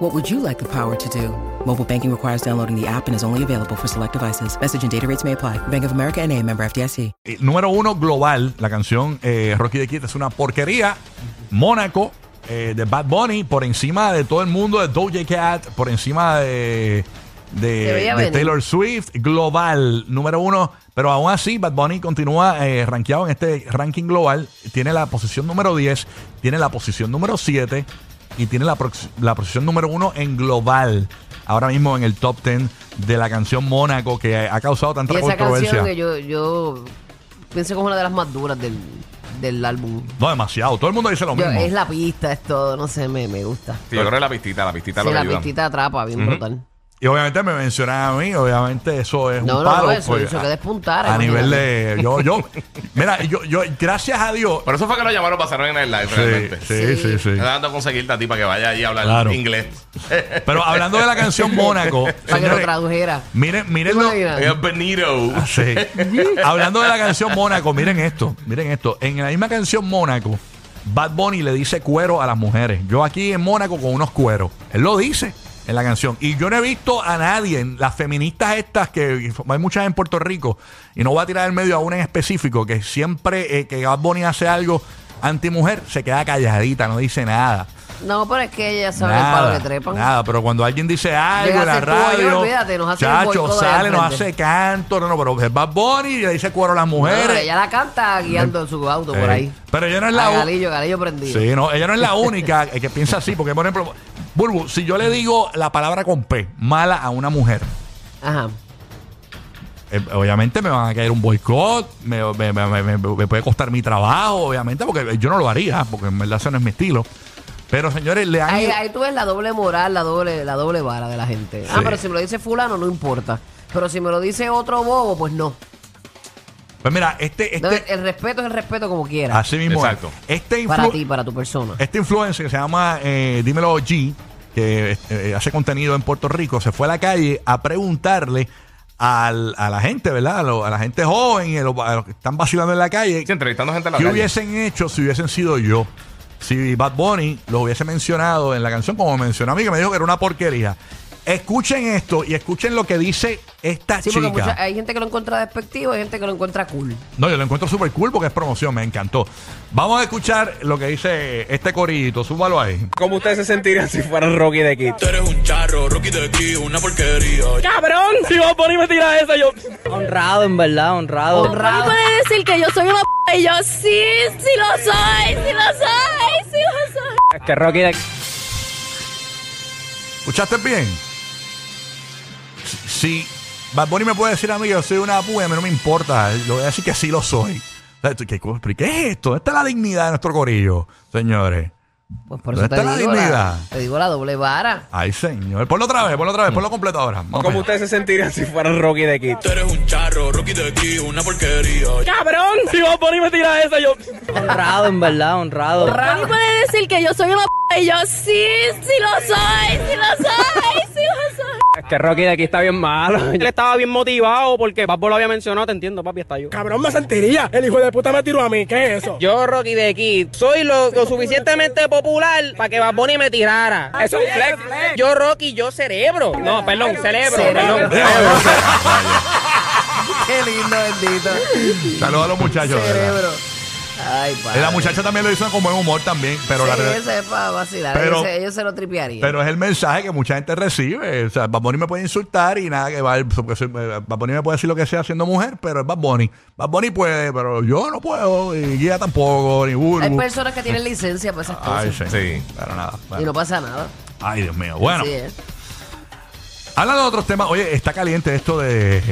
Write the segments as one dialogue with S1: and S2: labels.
S1: What would you like the power to do? Mobile banking requires downloading the app and is only available for select devices. Message and data rates may apply. Bank of America and a member FDIC.
S2: Eh, número uno global, la canción eh, Rocky the Kid es una porquería. Mónaco eh, de Bad Bunny por encima de todo el mundo, de Doja Cat, por encima de,
S3: Se
S2: de,
S3: veía
S2: de
S3: venir.
S2: Taylor Swift, global, número uno. Pero aún así, Bad Bunny continúa eh, rankeado en este ranking global. Tiene la posición número 10, tiene la posición número 7 y tiene la, prox- la posición número uno en global. Ahora mismo en el top 10 de la canción Mónaco que ha causado tanta
S3: Y esa
S2: controversia.
S3: canción que yo, yo pienso que es una de las más duras del, del álbum.
S2: No, demasiado. Todo el mundo dice lo
S3: Yo-
S2: mismo.
S3: es la pista, es todo, no sé, me, me gusta.
S4: Sí, yo creo que la pistita, la pistita
S3: Pues Sí,
S4: lo que
S3: la
S4: ayuda.
S3: pistita atrapa bien brutal.
S2: Y obviamente me mencionan a mí, obviamente eso es
S3: No,
S2: un
S3: no,
S2: palo.
S3: no, eso-
S2: pues,
S3: eso
S2: a-
S3: que despuntar,
S2: A
S3: imagínate.
S2: nivel de. Yo, yo. Mira, yo, yo, gracias a Dios.
S4: Por eso fue que lo llamaron para en el live, realmente.
S2: sí, sí, sí. sí.
S4: Está dando a conseguirte a ti para que vaya allí a hablar
S2: Claro.
S4: inglés.
S2: Pero hablando de la canción Mónaco,
S3: Para que lo
S2: señores, eh,
S3: tradujera.
S2: miren, miren
S3: ¿Te
S2: lo-
S3: imaginas?
S4: Es Benito.
S2: Ah, Sí. Hablando de la canción Mónaco, miren esto, miren esto. En la misma canción Mónaco, Bad Bunny le dice cuero a las mujeres. Yo aquí en Mónaco con unos cueros. Él lo dice en la canción. Y yo no he visto a nadie, las feministas estas, que hay muchas en Puerto Rico, y no voy a tirar el medio a una en específico, que siempre eh, que Bad Bunny hace algo antimujer, se queda calladita, no dice nada.
S3: No, pero es que ella sabe el palo
S2: Nada,
S3: que trepan.
S2: nada, pero cuando alguien dice algo
S3: Llega
S2: en
S3: a
S2: la
S3: ser tú, oye,
S2: radio,
S3: olvídate, nos hace el
S2: chacho,
S3: boicot ahí
S2: sale,
S3: al
S2: nos
S3: frente.
S2: hace canto, no, no, pero es Bad Bunny y le dice cuero a las
S3: No,
S2: mujeres.
S3: ella la canta guiando en su auto por
S2: Eh,
S3: ahí.
S2: Pero ella no es
S3: A
S2: la única.
S3: Galillo, Galillo prendido.
S2: Sí, no, ella no es la única eh, que piensa así, porque por ejemplo, Burbu, si yo le digo la palabra con P, mala a una mujer,
S3: Ajá.
S2: eh, obviamente me van a caer un boicot, me, me- me- me- me puede costar mi trabajo, obviamente, porque yo no lo haría, porque en verdad ese no es mi estilo. Pero señores, le han
S3: Ahí,
S2: ido-
S3: ahí tú ves la doble moral, la doble, la doble vara de la gente. Ah,
S2: Sí.
S3: pero si me lo dice fulano, no importa. Pero si me lo dice otro bobo, pues no.
S2: Pues mira, este,
S3: No,
S2: este,
S3: el respeto es el respeto como quiera.
S2: así mismo. es.
S4: Exacto.
S2: Este
S3: para
S2: influ-
S3: ti, para tu persona.
S2: Este influencer que se llama eh, Dímelo G, que eh, hace contenido en Puerto Rico, se fue a la calle a preguntarle al- a la gente, ¿verdad? A, lo- a la gente joven y a los, a los que están vacilando en la calle,
S4: Sí, entrevistando gente en la
S2: ¿qué
S4: calle.
S2: hubiesen hecho si hubiesen sido yo? Si Bad Bunny los hubiese mencionado en la canción, como mencionó a mí, que me dijo que era una porquería. Escuchen esto y escuchen lo que dice esta
S3: Sí, porque
S2: chica.
S3: mucha- eh, hay gente que lo encuentra despectivo, hay gente que lo encuentra cool.
S2: No, yo lo encuentro súper cool porque es promoción, me encantó. Vamos a escuchar lo que dice este corillito, súbalo ahí.
S5: ¿Cómo ustedes se sentirían si fueran Rocky de Quito?
S6: Tú eres un charro, Rocky de aquí, una porquería.
S5: ¡Cabrón! Si vos ponés me tira esa, yo. Honrado, en verdad, honrado.
S7: Ronnie puede decir que yo soy una p y yo sí, sí lo soy, sí lo soy, sí lo soy.
S5: Es que Rocky de
S2: ¿Escuchaste bien? Si Bad Bunny me puede decir a mí que yo soy una púa, a mí no me importa. Lo voy a decir que sí lo soy. O sea, ¿Qué, cosa? ¿Pero qué es esto? ¿Dónde está la dignidad de nuestro corillo, señores?
S3: Pues por
S2: ¿Dónde
S3: eso te
S2: está la
S3: digo, la,
S2: dignidad?
S3: te digo la doble vara.
S2: Ay, señor. Ponlo otra vez, ponlo otra vez, ponlo completo ahora. Vamos
S5: ¿Cómo
S2: allá.
S5: ustedes se sentirían si fueran Rocky de Quito?
S6: Tú eres un charro, Rocky de aquí, una porquería.
S5: ¡Cabrón! Si vos ponés me tira esa, yo. Honrado, en verdad, honrado.
S7: Ronnie puede decir que yo soy una p y yo sí, sí lo soy, sí lo soy, sí lo soy.
S5: Es que Rocky de aquí está bien malo. Él estaba bien motivado porque Papo lo había mencionado, te entiendo, papi, está yo.
S8: Cabrón, me sentiría. El hijo de puta me tiró a mí. ¿Qué es eso?
S5: Yo, Rocky de aquí, soy lo, lo suficientemente popular para que Bad Bunny me tirara. Eso es un flex. Yo, Rocky, yo cerebro. No, perdón, cerebro.
S3: Cerebro.
S5: Perdón.
S3: Qué lindo, bendito.
S2: Saludos a los muchachos. de verdad. Eh,
S3: Cerebro. Ay, padre.
S2: La muchacha también lo hizo con buen humor también, pero la
S3: Sí,
S2: verdad...
S3: ese es para vacilar.
S2: Pero-
S3: ellos, se- ellos se lo tripearían.
S2: Pero es el mensaje que mucha gente recibe. O sea, Bad Bunny me puede insultar y nada, que va, porque soy- Bad Bunny me puede decir lo que sea siendo mujer, pero es Bad Bunny. Bad Bunny puede, pero yo no puedo, y Guía tampoco, ni
S3: hay
S2: Burbu.
S3: personas que tienen licencia para esas cosas.
S2: Ay, sí.
S4: Sí.
S2: Pero nada.
S3: pues, Y
S2: bueno.
S3: no pasa nada. ¿eh?
S2: Ay, Dios mío. Bueno,
S3: Así es.
S2: hablando de otros temas, oye, está caliente esto de,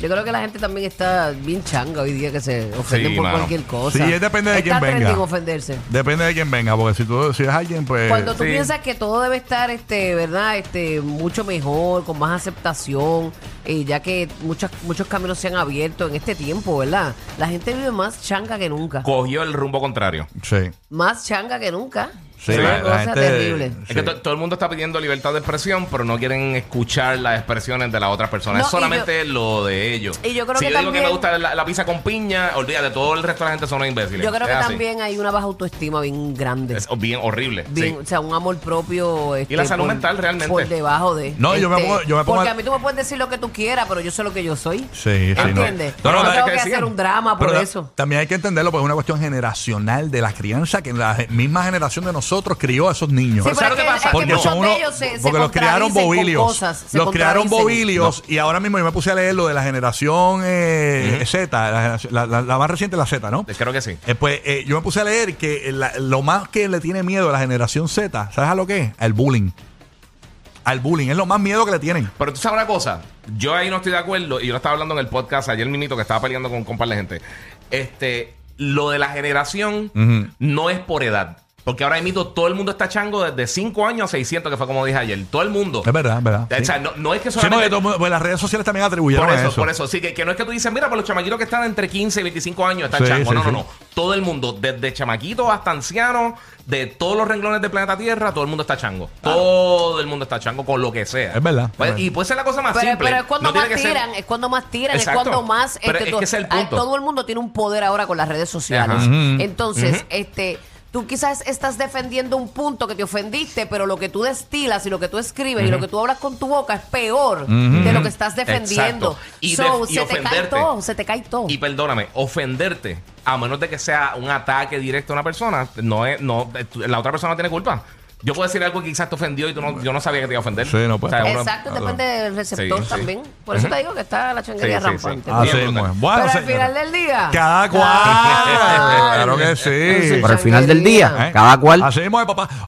S3: Yo creo que la gente también está bien changa hoy día que se ofenden
S4: Sí,
S3: por
S4: mano.
S3: cualquier cosa.
S2: Sí, depende de
S3: Está
S2: quién venga.
S3: trending ofenderse.
S2: Depende de quién venga, porque si tú si es alguien, pues.
S3: Cuando tú
S4: sí.
S3: piensas que todo debe estar, este, ¿verdad? Este, mucho mejor, con más aceptación, eh, ya que muchas, muchos caminos se han abierto en este tiempo, ¿verdad? La gente vive más changa que nunca.
S4: Cogió el rumbo contrario.
S2: Sí.
S3: Más changa que nunca.
S2: Sí,
S3: Es
S2: la,
S3: una
S2: la
S3: cosa
S2: gente.
S3: terrible.
S2: sí.
S4: Es que to- todo el mundo está pidiendo libertad de expresión, pero no quieren escuchar las expresiones de las otras personas.
S3: No,
S4: es solamente lo de ellos.
S3: y yo creo
S4: si
S3: que
S4: yo digo que me
S3: también-
S4: gusta la, la pizza con piña, olvídate, todo el resto de la gente son unos imbéciles.
S3: Yo creo
S4: Es
S3: que
S4: así.
S3: también hay una baja autoestima bien grande.
S4: Es bien horrible.
S3: Bien,
S4: sí.
S3: O sea, un amor propio. este,
S4: la salud mental, realmente.
S3: Por debajo de. este,
S2: No, yo me pongo- yo me pongo
S3: Porque
S2: a-
S3: a mí tú me puedes decir lo que tú quieras, pero yo sé lo que yo soy.
S2: Sí, sí, no.
S3: ¿Entiendes?
S2: No,
S3: No,
S2: no, no,
S3: tengo
S4: que
S3: que
S4: decían.
S3: hacer un drama por
S2: Pero ta-
S3: eso.
S2: también hay que entenderlo porque es una cuestión generacional de la crianza que la ge- misma generación de nosotros crió a esos niños.
S3: Sí,
S4: pero ¿sabes
S3: es
S4: lo que
S3: Ah, que-
S4: pasa?
S3: es que
S2: porque
S3: muchos
S2: son
S3: de
S2: unos,
S3: ellos se- se
S2: porque los criaron
S3: contradicen con
S2: bobilios,
S3: cosas, se
S2: los criaron
S3: contradicen.
S2: bobilios y ahora mismo yo me puse a leerlo de la generación eh, Z, la, generación- la- la- la más reciente la Z, ¿no?
S4: Creo que sí.
S2: Eh, pues eh, yo me puse a leer que la- lo más que le tiene miedo a la generación Z, ¿sabes a lo que es? Al bullying. Al bullying, es lo más miedo que le tienen.
S4: Pero tú sabes una cosa, yo ahí no estoy de acuerdo, y yo lo estaba hablando en el podcast ayer minito que estaba peleando con, con un par de gente. Este, lo de la generación
S2: Ujú.
S4: no es por edad. Porque ahora mito todo el mundo está chango desde 5 años a 600, que fue como dije ayer. Todo el mundo.
S2: Es verdad, es verdad.
S4: O sea,
S2: Sí.
S4: no, no es que
S2: Sí, porque
S4: solamente...
S2: todo el mundo- pues las redes sociales también atribuyeron
S4: por
S2: a
S4: eso,
S2: eso.
S4: por eso. Sí, que, que no es que tú dices, mira, por los chamaquitos que están entre 15 y 25 años están
S2: Sí,
S4: changos.
S2: sí,
S4: no, no,
S2: sí.
S4: no. Todo el mundo, desde chamaquitos hasta ancianos, de todos los renglones del planeta Tierra, todo el mundo está chango.
S3: Ah.
S4: Todo el mundo está chango con lo que sea.
S2: Es verdad, es
S4: Pues-
S2: verdad.
S4: Y puede ser la cosa más
S3: Pero,
S4: simple.
S3: pero es cuando
S4: No
S3: más
S4: tiene que ser-
S3: tiran, es cuando más tiran,
S4: Exacto.
S3: es cuando más... este, ah,
S4: Pero es que ese es el punto.
S3: Todo el mundo tiene un poder ahora con las redes sociales.
S4: Ajá.
S3: Entonces, este... Tú quizás estás defendiendo un punto que te ofendiste, pero lo que tú destilas y lo que tú escribes y lo que tú hablas con tu boca es peor de lo que estás defendiendo.
S4: Exacto. Y
S3: So,
S4: def- y
S3: se te cae
S4: ofenderte.
S3: todo, se te cae todo.
S4: Y pues, perdóname, ofenderte, a menos de que sea un ataque directo a una persona, no es, no, eh, tú- la otra persona no tiene culpa. Yo puedo decir algo que quizás te ofendió y tú no, yo no sabía que te iba a ofender.
S2: Sí, no pues, puede
S4: O sea, uno-
S3: Exacto,
S2: Claro.
S3: depende del receptor
S4: Sí, sí.
S3: también. Por eso te digo que está la changuería
S4: Sí, sí, Ah, sí.
S3: rampante.
S2: Así es,
S4: Bien brutal.
S2: Ah, pues, bueno. Bueno,
S3: Pero al
S2: señora.
S3: final del día.
S2: Cada cual.
S3: Cada
S2: Claro que sí.
S3: Eso es
S9: Pero al final del día,
S3: changuería.
S2: ¿Eh?
S9: cada cual
S2: Así mismo de papá.